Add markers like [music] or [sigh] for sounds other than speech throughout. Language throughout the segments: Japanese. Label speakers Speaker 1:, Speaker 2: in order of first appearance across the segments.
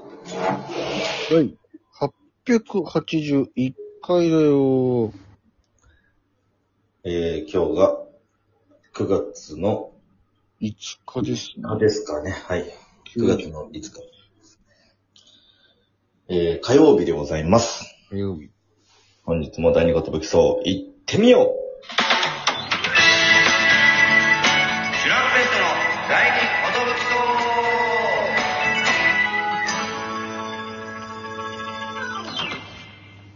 Speaker 1: はい。881回だよ。
Speaker 2: えー、今日が9月の
Speaker 1: 5日ですね。
Speaker 2: 5日ですかね。はい。9月の5日。えー、火曜日でございます。
Speaker 1: 火曜日。
Speaker 2: 本日も第2言武器層、行ってみようシュランペットの第2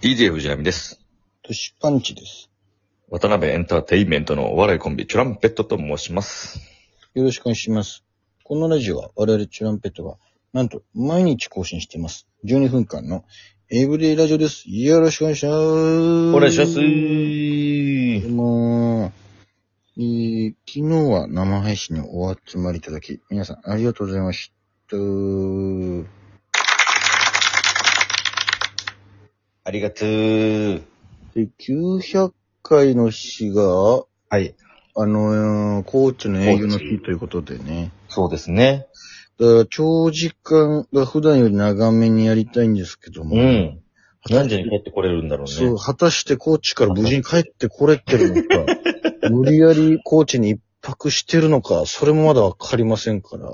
Speaker 2: DJ 藤波です。
Speaker 1: トシパンチです。
Speaker 2: 渡辺エンターテインメントのお笑いコンビ、チュランペットと申します。
Speaker 1: よろしくお願いします。このラジオは我々チュランペットが、なんと毎日更新しています。12分間のエブリデイラジオです。よろしくお願いします。お
Speaker 2: お願いします。
Speaker 1: もう、えー昨日は生配信にお集まりいただき、皆さんありがとうございました。
Speaker 2: ありがとう。
Speaker 1: で、900回の日が、
Speaker 2: はい。
Speaker 1: あのー、高知の営業の日ということでね。
Speaker 2: そうですね。
Speaker 1: だから、長時間が普段より長めにやりたいんですけども。
Speaker 2: うん。何時に帰ってこれるんだろうね。
Speaker 1: そう、果たして高知から無事に帰ってこれてる
Speaker 2: [laughs]
Speaker 1: のか、無理やり高知に一泊してるのか、それもまだわかりません
Speaker 2: [laughs]
Speaker 1: から。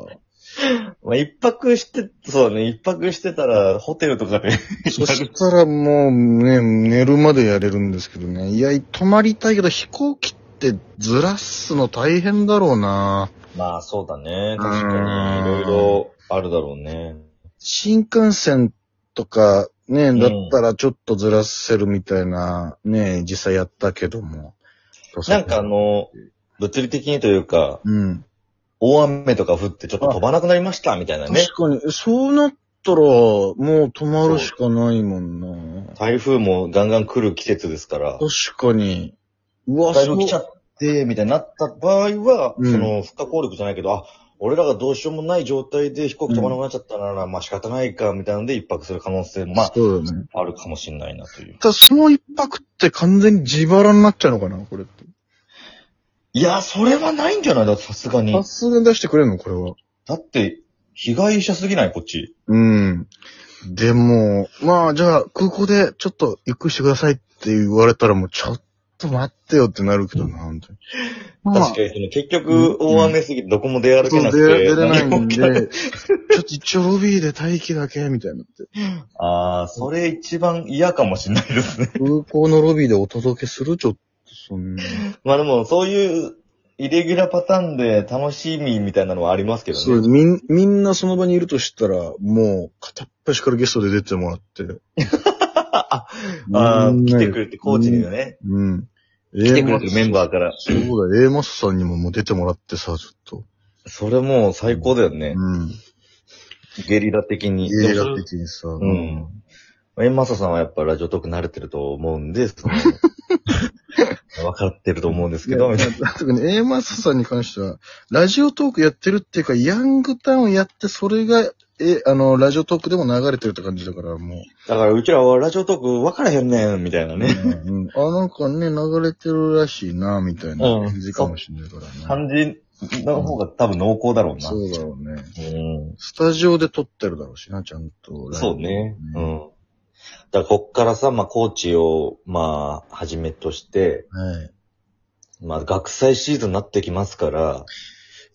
Speaker 2: まあ、一泊して、そうだね、一泊してたら、ホテルとかで。
Speaker 1: そしたらもうね、寝るまでやれるんですけどね。いや、泊まりたいけど飛行機ってずらすの大変だろうな。
Speaker 2: [laughs] まあ、そうだ
Speaker 1: うー
Speaker 2: ね。
Speaker 1: ん
Speaker 2: 確かに、いろいろあるだろうね。
Speaker 1: 新幹線とか、ね、
Speaker 2: ん
Speaker 1: だったらちょっとずらせるみたいな、ね、実際やったけども。
Speaker 2: なんかあ、の、物理的にというか、
Speaker 1: うん。
Speaker 2: 大雨とか降ってちょっと飛ばなくなりました、みたいなね
Speaker 1: 確。かに、そうなったら、もう止まるしかないもんな。
Speaker 2: 台風もガンガン来る季節ですから、
Speaker 1: 確かに。うわ、
Speaker 2: 台風来ちゃ
Speaker 1: う
Speaker 2: って、みたいになった場合は、
Speaker 1: うん
Speaker 2: その、不可抗力じゃないけど、あ、俺らがどうしようもない状態で飛行機飛ばなくなっちゃったなら、まあ仕方ないか、みたいなので一泊する可能性も、まあ、
Speaker 1: そうだね。
Speaker 2: あるかもしれないなという。
Speaker 1: ただ、その一泊って完全に自腹になっちゃうのかなこれって。
Speaker 2: いや、それはないんじゃないだってさすがに
Speaker 1: さ。すがに出してくれるのこれは。
Speaker 2: だって、被害者すぎないこっち。
Speaker 1: うん。でも、まあ、じゃあ、空港でちょっとゆっくりしてくださいって言われたらもうちょっと待ってよってなるけどな、本当に。まあ
Speaker 2: 確かに、その結局、大雨すぎてどこも出歩けなくて。
Speaker 1: そう出出れないんで、
Speaker 2: 何
Speaker 1: ち
Speaker 2: も起きなくて
Speaker 1: ょっと一応ロビーで待機だけ、みたいになって。
Speaker 2: [laughs] ああ、それ一番嫌かもしれないですね。 [laughs]
Speaker 1: 空港のロビーでお届けするちょっと、そんな。
Speaker 2: まあでも、そういう、イレギュラーパターンで楽しみみたいなのはありますけどね。
Speaker 1: そう、みん、みんなその場にいるとしたら、もう、片っ端からゲストで出てもらって。
Speaker 2: [laughs] あああ、
Speaker 1: みん
Speaker 2: 来
Speaker 1: な
Speaker 2: てくれて、コーチにね、
Speaker 1: うん。
Speaker 2: 来
Speaker 1: 来
Speaker 2: てくれてるメンバーから。
Speaker 1: そうだ、A マスさんにももう出てもらってさ、ちょっと。
Speaker 2: それもう最高だよね。
Speaker 1: うん。
Speaker 2: ゲリラ的に。
Speaker 1: 家が的にさ。う
Speaker 2: うん。エンマサさんはやっぱラジオトーク慣れてると思うんで、 [laughs] その、分かってると思うんですけど、みたいな
Speaker 1: 特に A マスさんに関しては、ラジオトークやってるっていうか、ヤングタウンやって、それが、え、あの、ラジオトークでも流れてるって感じだから、もう。
Speaker 2: だからうちらはラジオトーク分からへんねん、みたいなね。
Speaker 1: うん、あ、なんかね、流れてるらしいな、みたいな
Speaker 2: うん
Speaker 1: 感じかもしれないからね。
Speaker 2: 感じの方が多分濃厚だろうな。
Speaker 1: そうだろうね。
Speaker 2: うん
Speaker 1: スタジオで撮ってるだろうしな、ちゃんと。
Speaker 2: そうね。う
Speaker 1: うん。
Speaker 2: ん。だからこっからさ、まあ、コーチを、まあ、はじめとして、
Speaker 1: はい。
Speaker 2: まあ、学祭シーズンになってきますから、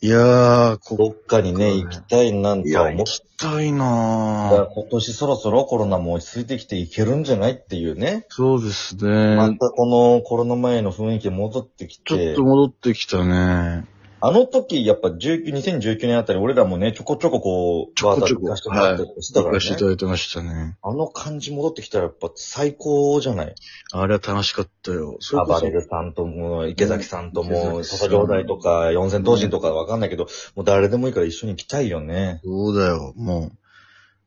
Speaker 1: いやー、こ
Speaker 2: どっかにね、
Speaker 1: そう
Speaker 2: 行
Speaker 1: ね
Speaker 2: きたいなん
Speaker 1: い
Speaker 2: て
Speaker 1: や、
Speaker 2: 思
Speaker 1: 行
Speaker 2: っ
Speaker 1: きたい
Speaker 2: たら
Speaker 1: なー。
Speaker 2: 今年そろそろコロナも落ち着いてきていけるんじゃないっていうね。
Speaker 1: そうですね。
Speaker 2: またこのコロナ前の雰囲気戻ってき
Speaker 1: ちょってと、戻ってきたね。
Speaker 2: あの時、やっぱ19、2019年あたり、俺らもね、ちょこちょここう、
Speaker 1: ちょこちょ
Speaker 2: 行
Speaker 1: こ
Speaker 2: かせてもらったりしてた
Speaker 1: だ
Speaker 2: か
Speaker 1: からら
Speaker 2: ね
Speaker 1: してい。ただいてましたね。
Speaker 2: あの感じ戻ってきたらやっぱ最高じゃない
Speaker 1: あれは楽しかったよ。それこ
Speaker 2: 暴
Speaker 1: そ
Speaker 2: れるさんとも、池崎さんとも、
Speaker 1: 池崎さ
Speaker 2: 笹
Speaker 1: ん
Speaker 2: 城台とか、四千頭身とかわかんないけど、もう誰でもいいから一緒に行きたいよね。
Speaker 1: そうだよ、もう。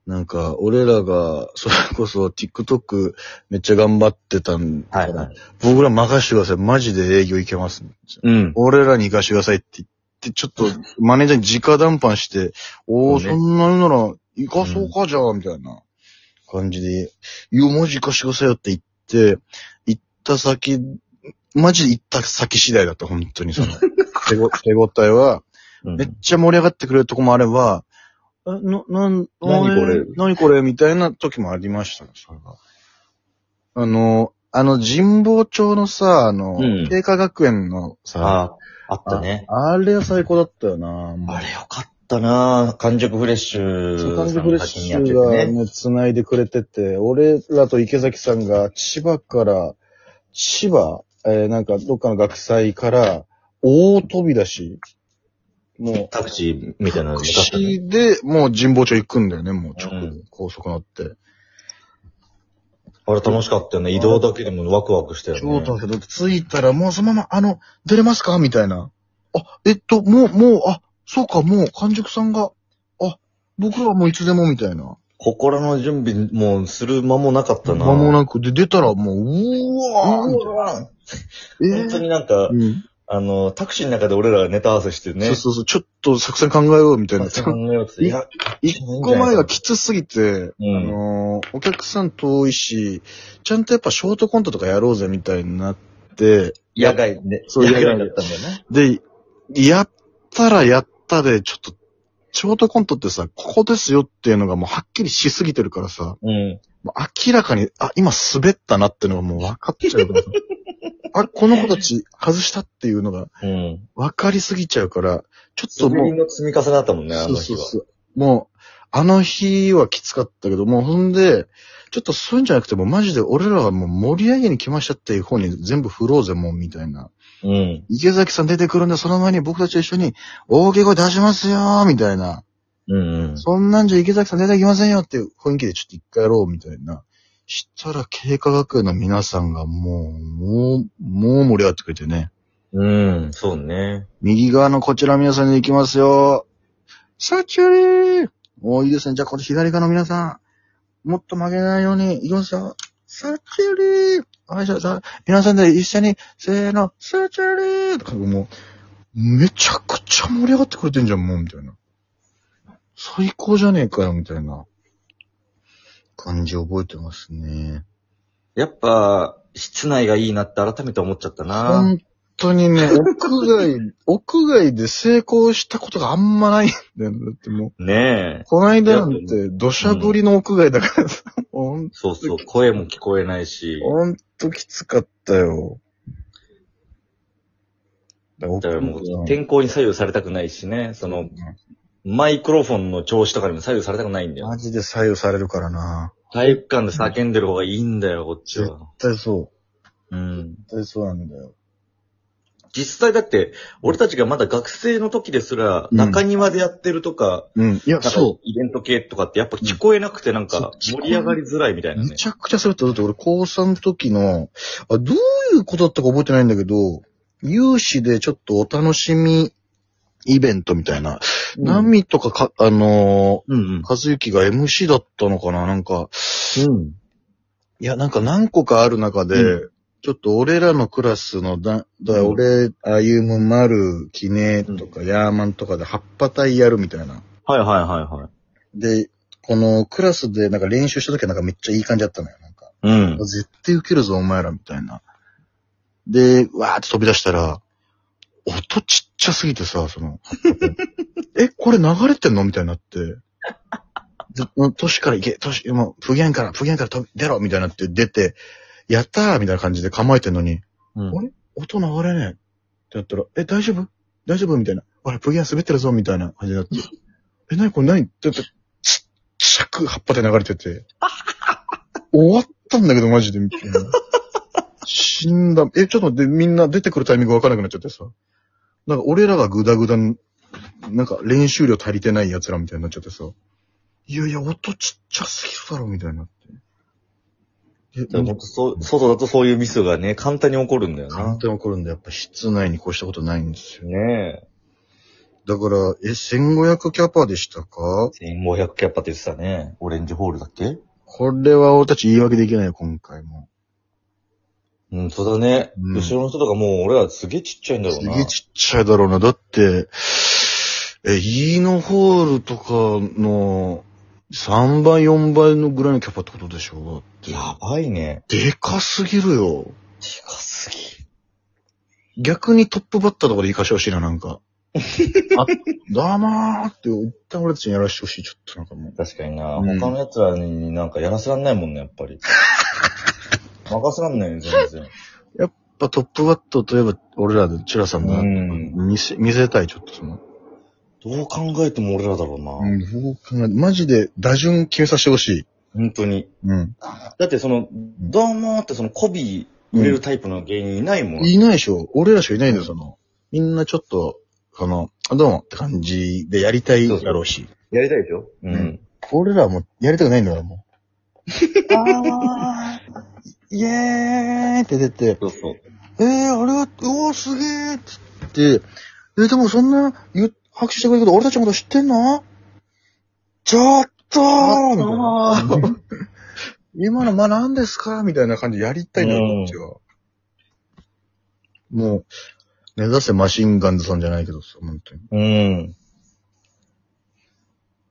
Speaker 1: なんか、俺らが、それこそ TikTok めっちゃ頑張ってたんだから、
Speaker 2: い。
Speaker 1: 僕ら任してください。マジで営業行けます、
Speaker 2: うん。
Speaker 1: 俺らに行かしてくださいって言って、ちょっとマネージャーに直談判して、おー、
Speaker 2: そうね
Speaker 1: そんなになら行かそうかじゃあ、みたいな感じで、いや、マジ行かしてくださいよって言って、行った先、マジで行った先次第だった、
Speaker 2: [laughs]
Speaker 1: 本当にその、手ご手応えは、
Speaker 2: うん
Speaker 1: めっちゃ盛り上がってくれるとこもあれば、え、な、なん、
Speaker 2: 何これ
Speaker 1: えー何これみたいな時もありましたね、それが。あの、あの、神保町のさ、あの、
Speaker 2: うん
Speaker 1: 経華学園のさ、
Speaker 2: ああ、あったね。
Speaker 1: ああれは最高だったよな。
Speaker 2: あれよかったな完熟フレッシュ
Speaker 1: セ
Speaker 2: さん
Speaker 1: カ
Speaker 2: が
Speaker 1: ンド
Speaker 2: 先
Speaker 1: フ
Speaker 2: に
Speaker 1: レ
Speaker 2: や
Speaker 1: ッ
Speaker 2: って
Speaker 1: シ
Speaker 2: てね。
Speaker 1: ュがね、繋いでくれてて、俺らと池崎さんが千葉から、千葉、えーなんかどっかの学祭から、大飛び出し、も
Speaker 2: タクシーみたいな
Speaker 1: う、
Speaker 2: の
Speaker 1: タク
Speaker 2: よかったね。
Speaker 1: シーで、もう神保町行くんだよね、もう直
Speaker 2: う
Speaker 1: に、高速乗って。
Speaker 2: あれ楽しかったよね。移動だけでもワクワクしたよね。
Speaker 1: そうだけど、着いたらもうそのまま、あの、出れますかみたいな。あ、えっと、もう、もう、あ、そうか、もう、完熟さんが、あ、僕らはもういつでもみたいな。
Speaker 2: 心の準備もうする間もなかったな
Speaker 1: 間も
Speaker 2: く。
Speaker 1: なく。で、出たらもう、うわーみたいな
Speaker 2: うわ
Speaker 1: え
Speaker 2: 本当になんか、
Speaker 1: うん
Speaker 2: あの、タクシーの中で俺らがネタ合わせしてね。
Speaker 1: そうそうそう、ちょっと作戦考えようみたいな。
Speaker 2: 考えようとしていや、
Speaker 1: 一個前がきつすぎて、
Speaker 2: うん
Speaker 1: あのーお客さん遠いし、ちゃんとやっぱショートコントとかやろうぜみたいになって、
Speaker 2: 野外で、
Speaker 1: そう
Speaker 2: 野外
Speaker 1: 野外
Speaker 2: だったんだよね。
Speaker 1: で、やったらやったで、ちょっと、ショートコントってさ、ここですよっていうのがもうはっきりしすぎてるからさ、
Speaker 2: うん。
Speaker 1: もう明らかに、あ、今滑ったなってのがもう分かっちゃうから
Speaker 2: [laughs]
Speaker 1: さあ、この子たち外したっていうのが
Speaker 2: うん。
Speaker 1: 分かりすぎちゃうから、ちょっと
Speaker 2: 滑
Speaker 1: もう
Speaker 2: り、の積み重なだったもんね、あの日は。
Speaker 1: う。もう、あの日はきつかったけど、もうほんで、ちょっとそういうんじゃなくて、もうマジで俺らはもう盛り上げに来ましたっていう方に全部振ろうぜ、もう、みたいな。
Speaker 2: うん。
Speaker 1: 池崎さん出てくるんで、その前に僕たちと一緒に、大きい声出しますよー、みたいな。
Speaker 2: うんうん。
Speaker 1: そんなんじゃ池崎さん出てきませんよっていう雰囲気でちょっと一回やろう、みたいな。したら、経過学園の皆さんがもう、もう、もう盛り上がってくれてね。
Speaker 2: うん、そうね。
Speaker 1: 右側のこちら皆さんに行きますよ。サチュリーおーいいですね。じゃあ、この左側の皆さん、もっと曲げないように行きますよ。サチュリーはい、じゃあ、さ皆さんで一緒に、せーの、サチュリーとか、もう、めちゃくちゃ盛り上がってくれてんじゃん、もう、みたいな。最高じゃねえかよ、みたいな。感じ覚えてますね。
Speaker 2: やっぱ、室内がいいなって改めて思っちゃったな。
Speaker 1: 本当にね、屋外、屋外で成功したことがあんまないんだよね。だってもう、
Speaker 2: ねえ。
Speaker 1: こないだなんて、土砂降りの屋外だから [laughs] さ、ほん、
Speaker 2: そうそう、声も聞こえないし。
Speaker 1: ほんときつかったよ。だ
Speaker 2: だからもう、
Speaker 1: 天
Speaker 2: 天候に左右されたくないしね。その、マイクロフォンの調子とかにも左右されたくないんだよ
Speaker 1: マ。ジで左右されるからな。
Speaker 2: 体育館で叫んでる方がいいんだよ、こっちは。
Speaker 1: 絶対そう。
Speaker 2: うん。
Speaker 1: 絶対そうなんだよ。
Speaker 2: 実際だって、俺たちがまだ学生の時ですら、
Speaker 1: うん
Speaker 2: 中庭でやってるとか、
Speaker 1: うん。いや、
Speaker 2: なんか
Speaker 1: そ
Speaker 2: イベント系とかってやっぱ聞こえなくてなん
Speaker 1: うん
Speaker 2: か
Speaker 1: そう。
Speaker 2: 盛り上がりづらいみたいうな
Speaker 1: め
Speaker 2: ね。
Speaker 1: ちゃくちゃそれって、だって俺高3の時の、あ、どういうことだったか覚えてないんだけど、有志でちょっとお楽しみイベントみたいな。ナミとかか、あの
Speaker 2: うんうん
Speaker 1: ー、。和幸が MC だったのかななんか、
Speaker 2: うん。
Speaker 1: いや、なんか何個かある中で、
Speaker 2: う
Speaker 1: ちょっと俺らのクラスのだ、だ
Speaker 2: うん
Speaker 1: 俺、あゆむ、まる、きねとか、ヤーマンとかで、葉っぱ隊やるみたいな。
Speaker 2: はいはいはいはい。
Speaker 1: で、このクラスでなんか練習した時はなんかめっちゃいい感じだったのよ。なんか、
Speaker 2: うん。
Speaker 1: 絶対受けるぞ、お前ら、みたいな。で、わーって飛び出したら、音ちっちゃすぎてさ、その、 [laughs] え、これ流れてんのみたいになって。ず都市から行け、都市、もう、不言から、不言から飛び出ろみたいになって出て、やったーみたいな感じで構えてんのに、
Speaker 2: うん
Speaker 1: 音流れねえ。ってなったら、え、大丈夫大丈夫みたいな。ほら、プギア滑ってるぞみたいな感じになって。え、なにこれ何ってって、ちっちゃく葉っぱで流れてて。終わったんだけど、マジで、みたいな。死んだ。え、ちょっと待って、みんな出てくるタイミングわからなくなっちゃってさ。なんか、俺らがグダグダに、なんか、練習量足りてない奴らみたいになっちゃってさ。いやいや、音ちっちゃすぎるだろ、みたいになって。え
Speaker 2: でも本当そう、外だとそういうミスがね、簡単に起こるんだよ
Speaker 1: 簡
Speaker 2: な。
Speaker 1: 単に起こるんで、やっぱ室内に越したことないんですよ。
Speaker 2: ねえ。
Speaker 1: だから、え、1500キャパでしたか
Speaker 2: 1500キャパって言ってたね。オレンジホールだっけ
Speaker 1: これは俺たち言い訳できないよ、今回も。
Speaker 2: うん、そうだね。
Speaker 1: うん
Speaker 2: 後ろの人とかもう俺らすげえちっちゃいんだろ
Speaker 1: す
Speaker 2: うな。
Speaker 1: げえちっちゃいだろうな。だって、え、イーノホールとかの3倍、4倍のぐらいのキャパってことでしょ
Speaker 2: やばいね。
Speaker 1: でかすぎるよ。
Speaker 2: でかす
Speaker 1: [laughs]
Speaker 2: ぎ。
Speaker 1: 逆にトップバッターとかで行かしてほしいな、なんか。どうもーって、一旦俺たちにやらせてほしい。ちょっとなんかもう。
Speaker 2: 確かにな。
Speaker 1: うん
Speaker 2: 他の奴らになんかやらせらんないもんね、やっぱ [laughs] り。任せらんないよ、全然。
Speaker 1: やっぱトップバットといえば、俺らのチュラさんが、
Speaker 2: うん
Speaker 1: 見せ、見せたい、ちょっとその。
Speaker 2: どう考えても俺らだろうな。
Speaker 1: うん、そう考えてマジで打順決めさせてほしい。
Speaker 2: 本当に。
Speaker 1: うん。
Speaker 2: だってその、どうもーってその媚び売れるタイプの芸人いないもん。
Speaker 1: いないでしょ俺らしかいないんだよ、その。みんなちょっと、その、あどうもって感じでやりたいだろうし。
Speaker 2: やりたいでしょう。
Speaker 1: うん俺らはもうやりたくないんだから、もう。 [laughs] あー、イエーイって出て、
Speaker 2: そうそう。
Speaker 1: えー、あれは、おー、すげーって言って、えーでもそんな、言う拍手してくれるけど、俺たちのこと知ってんのちょっとーみたいな
Speaker 2: ー
Speaker 1: 今の間何ですかみたいな感じやりたいんだよ、
Speaker 2: う
Speaker 1: こ
Speaker 2: ん
Speaker 1: っちは。もう、目指せマシンガンズさんじゃないけどさ、本当に。
Speaker 2: うん。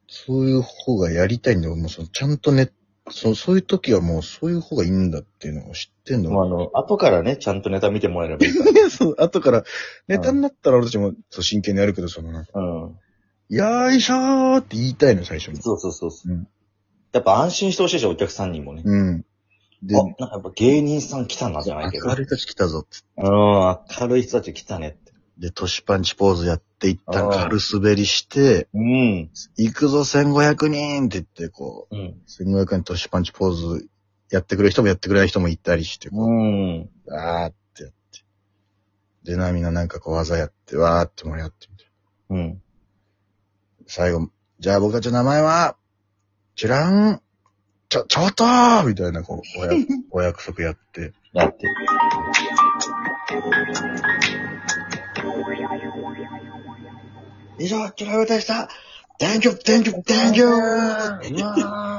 Speaker 1: そういう方がやりたいんだよ、もうその、ちゃんとね、そそういう時はもうそういう方がいいんだっていうのを知ってんの。
Speaker 2: まあ、あの、後からね、ちゃんとネタ見てもらえればいいか。
Speaker 1: いや [laughs] そう、後から、ネタになったら俺たちもそう真剣にやるけど、そのなんから [laughs]
Speaker 2: うん。
Speaker 1: よいしょーって言いたいの、最初に。
Speaker 2: そうそうそうそう
Speaker 1: うん
Speaker 2: やっぱ安心してほしいでしょ、お客さんにもね。
Speaker 1: うん。で、
Speaker 2: あ、
Speaker 1: 明
Speaker 2: なんかやっぱ芸人さん来たな、じゃないけど。
Speaker 1: るい人たち来たぞっつって。
Speaker 2: うん、明るい人たち来たねって。
Speaker 1: で、トシパンチポーズやって、一旦
Speaker 2: あー
Speaker 1: 軽滑りして、
Speaker 2: うん。
Speaker 1: 行くぞ1500人って言って、こ
Speaker 2: うん。
Speaker 1: う、1500人トシパンチポーズやってくれる人もやってくれない人もいたりして、こ
Speaker 2: うん。
Speaker 1: う、わーってやって。で、なみんななんかこう技やって、わーって盛り上がってみたい
Speaker 2: うん。
Speaker 1: な最後、じゃあ僕たちの名前は、チュラン、ちょ、ちょっとーみたいな、こう、おや
Speaker 2: [laughs]
Speaker 1: お約束やって。
Speaker 2: やって。
Speaker 1: 以上、キラブでした。Thank you, thank you, thank you!
Speaker 2: うわー